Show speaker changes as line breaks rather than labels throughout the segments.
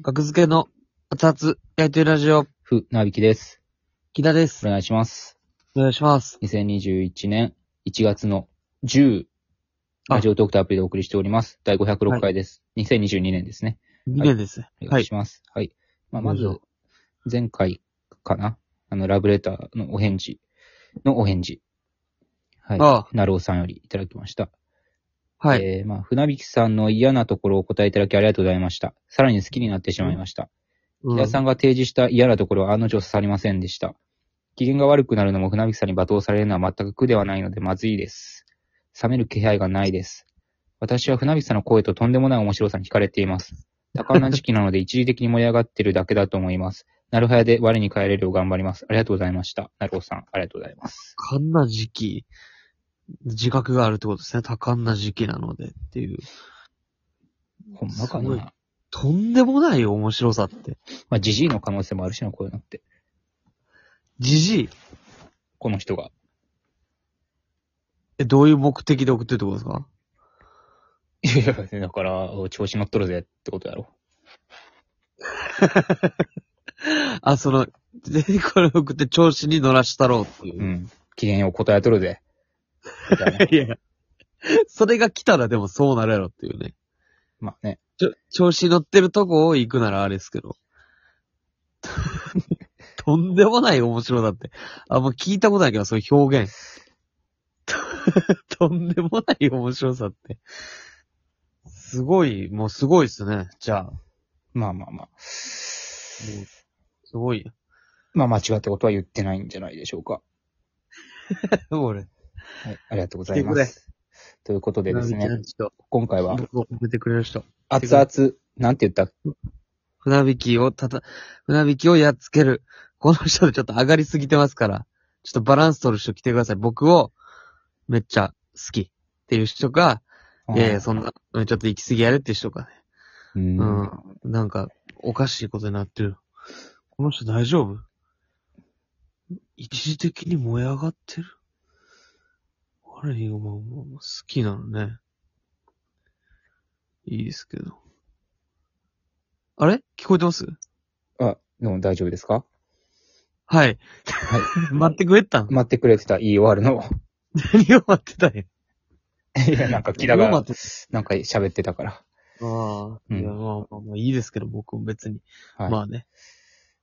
学付けの熱々焼いてるラジオ、
ふ、なびきです。
木田です。
お願いします。
お願いします。
2021年1月の10、
あ
ラジオトークとアプリでお送りしております。第506回です。2022年ですね。
2年ですね。
お
は
願い
い。
します。はい。まあ、ま
どう
ず、前回かなあの、ラブレターのお返事のお返事。はい。
あ
なるおさんよりいただきました。
はい。
えー、まあ、船引さんの嫌なところをお答えいただきありがとうございました。さらに好きになってしまいました。木田さ
ん。
んが提示した嫌なところは案の定刺さりませんでした。機嫌が悪くなるのも船引さんに罵倒されるのは全く苦ではないのでまずいです。冷める気配がないです。私は船引さんの声ととんでもない面白さに惹かれています。多感な時期なので一時的に盛り上がってるだけだと思います。なるはやで我に帰れるよう頑張ります。ありがとうございました。なるおさん、ありがとうございます。
多感な時期、自覚があるってことですね。多感な時期なのでっていう。
ほんまか
すごい
な。
とんでもないよ面白さって。
まあ、じじいの可能性もあるしな、こういうのって。
じじい。
この人が。
え、どういう目的で送ってるってことですか
いやい や、だから、調子乗っとるぜってことやろ。
あ、その、 でこれ送って調子に乗らしたろうっていうう。
ん。機嫌を答えとる ぜ。みたいな
いやいや。それが来たらでもそうなるやろっていうね。
まあね。
ちょ、調子乗ってるとこを行くならあれですけ ど。とんでもない面白だって。あ、もう聞いたことないけど、そういう表現。 とんでもない面白さって。すごい、もうすごいっすね。じゃあ、も
まあまあまあ。
う、すごい。
まあ間違ったことは言ってないんじゃないでしょうか。
俺、
はい。ありがとうございます。ということでですね、
船引きの人
今回は、
僕を褒めてくれる人。
熱々、なんて言った
船引きをたた、船引きをやっつける。この人でちょっと上がりすぎてますから、ちょっとバランス取る人来てください。僕をめっちゃ好きっていう人か、いやいや、そんな、うんちょっと行き過ぎやるって人かね。
う。
うんん。なんか、おかしいことになってる。この人大丈夫一時的に燃え上がってるあれ、もうもうもう好きなのね。いいですけど。あれ聞こえてます
あ、でも大丈夫ですか
はい。
は い。
待ってくれてたん
待ってくれてた言い終わるの。
何を待ってたんや。
いや、なんか木田
何を
が
待、って
なんか喋ってたから。
たああ。いや、
う
まあまあまあ、いいですけど、僕も別に。
はい。
まあね。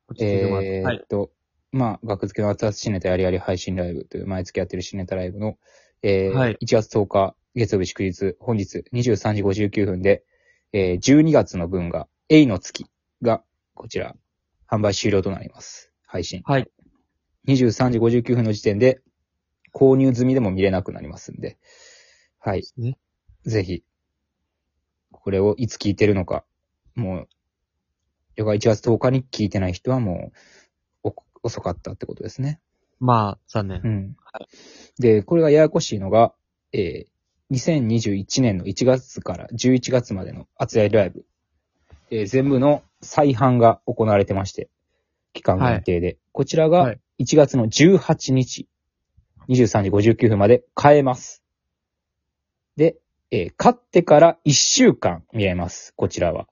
落ち着いてもらって
え
は
ー
い
っ。と、まあ、学付けの熱々シネタやりやり配信ライブという毎月やってるシネタライブの、えー
はい
1月10日月曜日祝日、本日23時59分で、えー12月の分が、エイの月が、こちら、販売終了となります。配信。
はい。
23時59分の時点で、購入済みでも見れなくなりますんで、はい。
ね
ぜひ、これをいつ聞いてるのか、もう、だから1月10日に聞いてない人はもう、お遅かったってことですね。
まあ、残念
う。ん。で、これがややこしいのが、えー、2021年の1月から11月までの熱いライブ、えー全部の再販が行われてまして、期間限定で。こちら
は
が
い
1月の18日、23時59分まで買えます。で、えー買ってから1週間見れます。こちらは。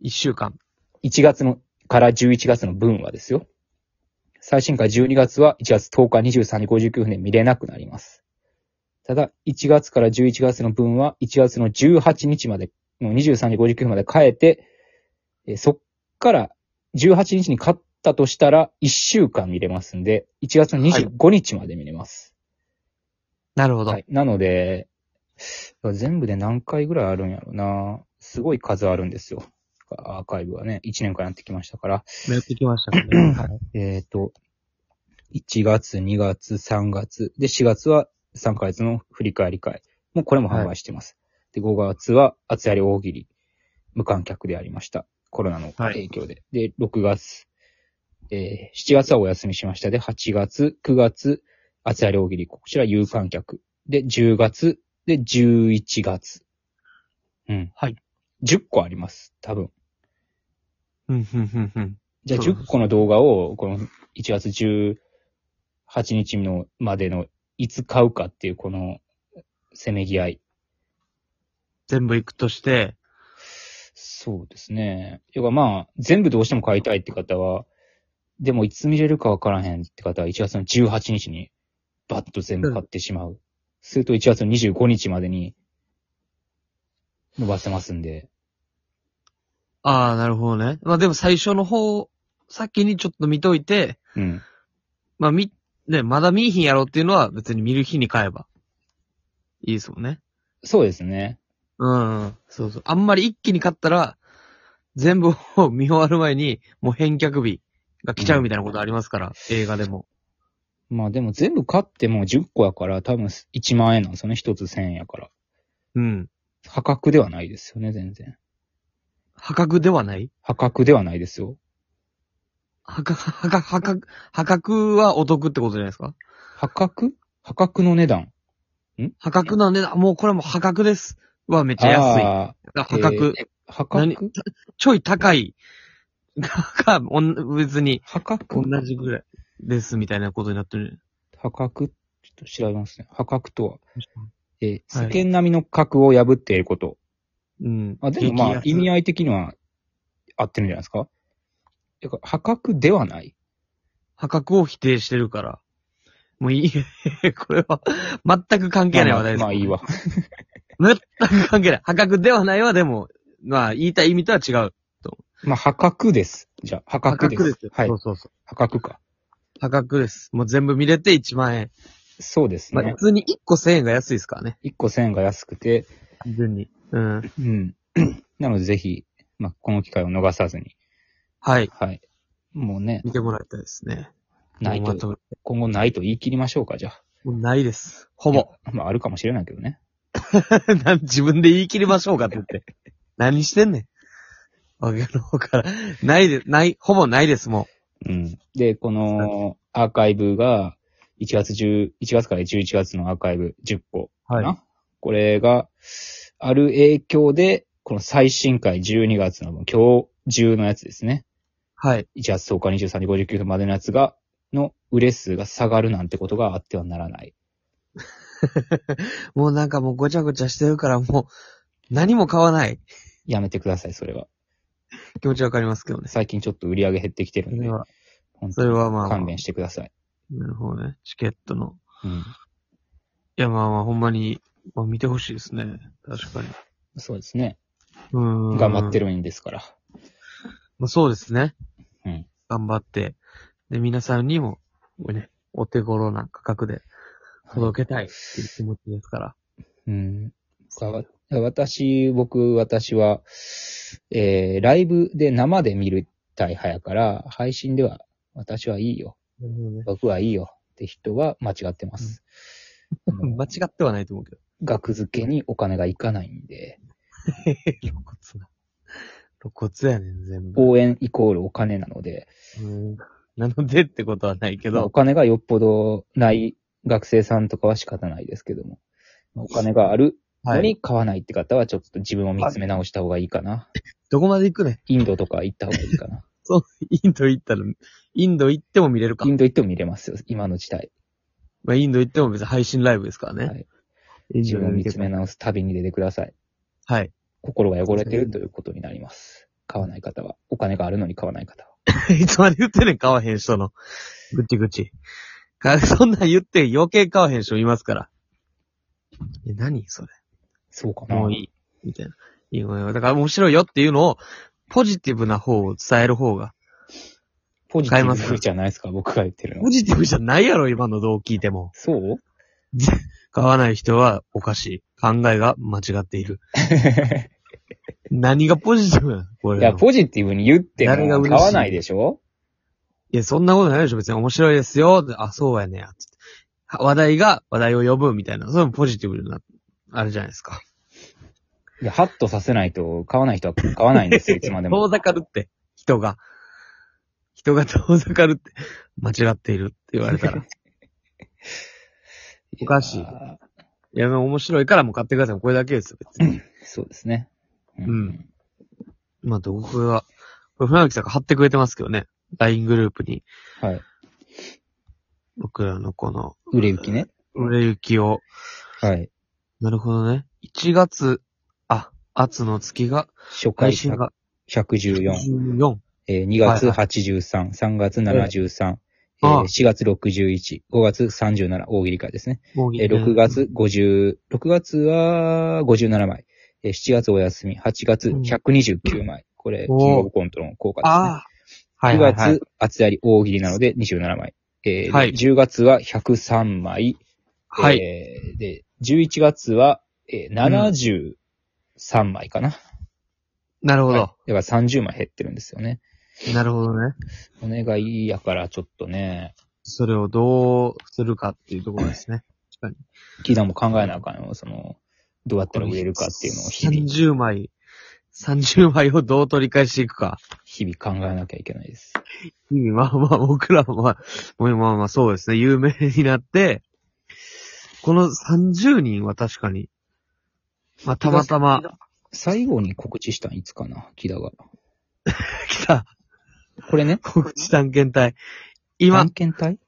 一週間。
1月のから11月の分はですよ。最新回12月は1月10日23時59分で見れなくなります。ただ、1月から11月の分は1月の18日まで、の23時59分まで変えて、えーそっから18日に勝ったとしたら1週間見れますんで、1月の25日まで見れます。
なるほど。
はい。なので、全部で何回ぐらいあるんやろうな。すごい数あるんですよ。アーカイブはね、1年間やってきましたから。
やってきましたからね。はい。
えっ、と、1月、2月、3月、で、4月は3ヶ月の振り返り会。もうこれも販売してます。で、5月は、厚やり大喜利、無観客でありました。コロナの
はい
影響で。で、6月、えー7月はお休みしました。で、8月、9月、厚やり大喜利、こちら有観客。で、10月、で、11月。うん。
はい。
10個あります。多分。
うん、うん、うん、うん。
じゃあ
そうです
10個の動画を、この1月18日のまでの、いつ買うかっていう、この、せめぎ合い。
全部行くとして、
そうですね。要はまあ、全部どうしても買いたいって方は、でもいつ見れるかわからへんって方は1月の18日にバッと全部買ってしまう。すると1月の25日までに伸ばせますんで。
ああ、なるほどね。まあでも最初の方、先にちょっと見といて、
うん。
まあ見、ね、まだ見いひんやろっていうのは別に見る日に買えば。いいですもんね。
そうですね。
うんうん。そうそう。あんまり一気に買ったら、全部を見終わる前に、もう返却日が来ちゃうみたいなことありますから、映画でも。
まあでも全部買っても10個やから多分1万円なんですよね。1つ1000円やから。
うん。
破格ではないですよね、全然。
破格ではない
破格ではないですよ。
破格、破格、破格、破格はお得ってことじゃないですか
破格破格の値段。
破格なんで、あもうこれはもう破格です。はめっちゃ安い。だか
あ
ら破格、
ー破
何
格
ちょい高い。が、おん別に、
破格
同じぐらいですみたいなことになってる。
破格ちょっと調べますね。破格とは、えー
は
世
い
間並みの格を破っていること。
うん。
まあ、でもまあ、
激安
意味合い的には合ってるんじゃないですかだから破格ではない。
破格を否定してるから。もういい。 これは、全く関係ない話題です。
まあまあまあいいわ。
全く関係ない。破格ではないはでも、まあ、言いたい意味とは違う。
まあ、破格です。じゃあ、破格です。は
はいそ。うそうそう。
破格か。
破格です。もう全部見れて1万円。
そうです
まあ、
ね
普。通に1個1000円が安いですからね。
1個1000円が安くて、
単純に。うん。
うん。 なので、ぜひ、まあ、この機会を逃さずに。
はい。
はい。もうね、
見てもらいたいですね。
ない
もうまと
と、
め
今後ないと言い切りましょうか、じゃあ。
もうないです。ほぼ。
まあ、あるかもしれないけどね。
な自分で言い切りましょうかって言って。何してんねん。わけの方から。ないで、ない、ほぼないです、も
うん。で、このアーカイブが、1月10、1月から11月のアーカイブ10個
う。
かな。これが、ある影響で、この最新回12月の分、今日中のやつですね。
はい。
1月10日23時59分までのやつが、の売れ数が下がるなんてことがあってはならない。
もうなんかもうごちゃごちゃしてるから、もう、何も買わない。
やめてください、それは。
気持ちわかりますけどね。
最近ちょっと売り上げ減ってきてる
そ
ん
れ
で、
は、
本
そ
当
れ
に
はまあ、まあ
勘弁してください。
なるほどね。チケットの。
うん。
いやまあまあ、ほんまに、まあ見てほしいですね。確かに。
そうですね。
うん。
頑張って
る。
るんですから。
まあそうですね。
うん。
頑張って。で、皆さんにも、ね、お手頃な価格で届けたいっていう気持ちですから。
うん。わ私、僕、私は、えー、ライブで生で見るたい派やから、配信では私はいいよ。
なるほどね。
僕はいいよって人は間違ってます。あ の
間違ってはないと思うけど。
額付けにお金がいかないんで、
露骨な。露骨やねん、全部。
応援イコールお金なので、
うんなのでってことはないけ
まあお
ど、
金がよっぽどない学生さんとかは仕方ないですけども、まあお金があるの
はい。
に買わないって方はちょっと自分を見つめ直した方がいいかな。
どこまで行くね
インドとか行った方がいいかな。
インド行ったら、インド行っても見れるか
イ。ンド行っても見れますよ、今の時代。
まあ、インド行っても別に配信ライブですからね。
はい
イン
自
ド
分を
で
見
見て
つめ直す旅に出てください。
はい。
心が汚れてるということになります。買わない方は。お金があるのに買わない方は。
いつまで言ってんねん、買わへん人 の。ぐちぐち。か そんなん言って余計買わへん人いますから。え、何それ。
そうかな。
もういい。みたいな。いいよいいよだから面白いよっていうのを、ポジティブな方を伝える方が、
ポジティ
買います
ブじゃないですか、僕が言ってる
ポ
の。
ジティブじゃないやろ、今のどう聞いても。
そう
買わない人はおかしい。考えが間違っている。
い
何がポジティブなのこれの。
や、
い
ポジティブに言っても
誰が嬉しい
買わないでしょ
や、そんなことないでしょ。別に面白いですよ。あ、そうやねや。つって話題が話題を呼ぶみたいな。それもポジティブな、あれじゃないですか。
いや、ハッとさせないと買わない人は買わない んですよ、いつまで
遠
も。
ざかるって、人が。人が遠ざかるって、間違っているって言われ たら。おかしい
や
いや、でも面白いからもう買ってください。これだけですよ、別に。
ーそうですね。う
うん。まあ、どこが、これ船木さんが貼ってくれてますけどね。LINE グループに。
はい。
僕らのこの、
売れ行きね。
売れ行きを。
はい。
なるほどね。1月、あ、圧の月が、
初回
配信
114
が、14。
えー2月
はい
83、3月73、え
あ
ー
あ
4月61、5月37、大喜利会ですね。
もう
えー6月50、6月は57枚、えー7月お休み、8月129枚。これ、キン
おー
グオブコントの効果ですね。
ああ。はい
9
はい、はい
月、。厚やり大喜利なので27枚。えー
はい
10月は103枚。
はい。
えーで、11月は、えー73枚かな。
なるほ
はい
ど。
だから30枚減ってるんですよね。
なるほどね。
お願いやからちょっとね、
それをどうするかっていうところですね。
キーダも考えなあかんよ。その、どうやったら売れるかっていうのを日々、
30枚、30枚をどう取り返していくか。
日々考えなきゃいけないです。
意味、まあ まあ、僕らもまあ、もうまあまあそうですね、有名になって、この30人は確かに、まあたまたま、
最後に告知したんいつかな、キーダが。
来た、
これね、
告知探検隊。今
探、検隊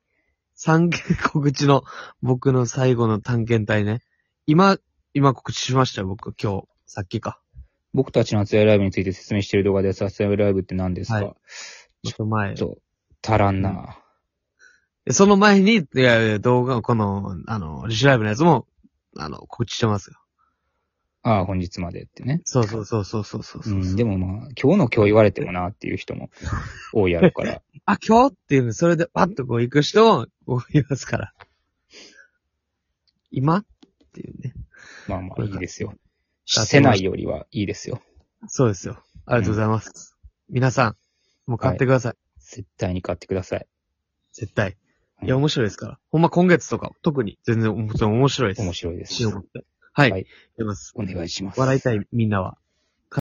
三件告知の、僕の最後の探検隊ね。今、今告知しましたよ、僕、今日、さっきか。
僕たちの熱愛ライブについて説明している動画です。熱愛ライブって何ですか、
はいちょっと前。
ちょっと、足らんな。
その前に、いやいや動画、この、あの、リシュライブのやつも、あの、告知してますよ。
ああ、本日までってね。
そうそうそうそうそうそう
う
そう、
ん、でもまあ、今日の今日言われてもなっていう人 も多いやろうから。
あ、今日っていうの、それでパッとこう行く人も、こういますから。今っていうね。
まあまあ、いいですよ。
あ
せないよりはいいですよ。
そうですよ。ありがとうございます。皆さん、もう買ってください。
絶対に買ってください。
絶対。
はい
いや、面白いですから。ほんま今月とか、特に全然、本当に面白いです。
面白いです
し。ようと思って。はい。
は
はいい。やります。
お願いします。
笑いたいみんなは、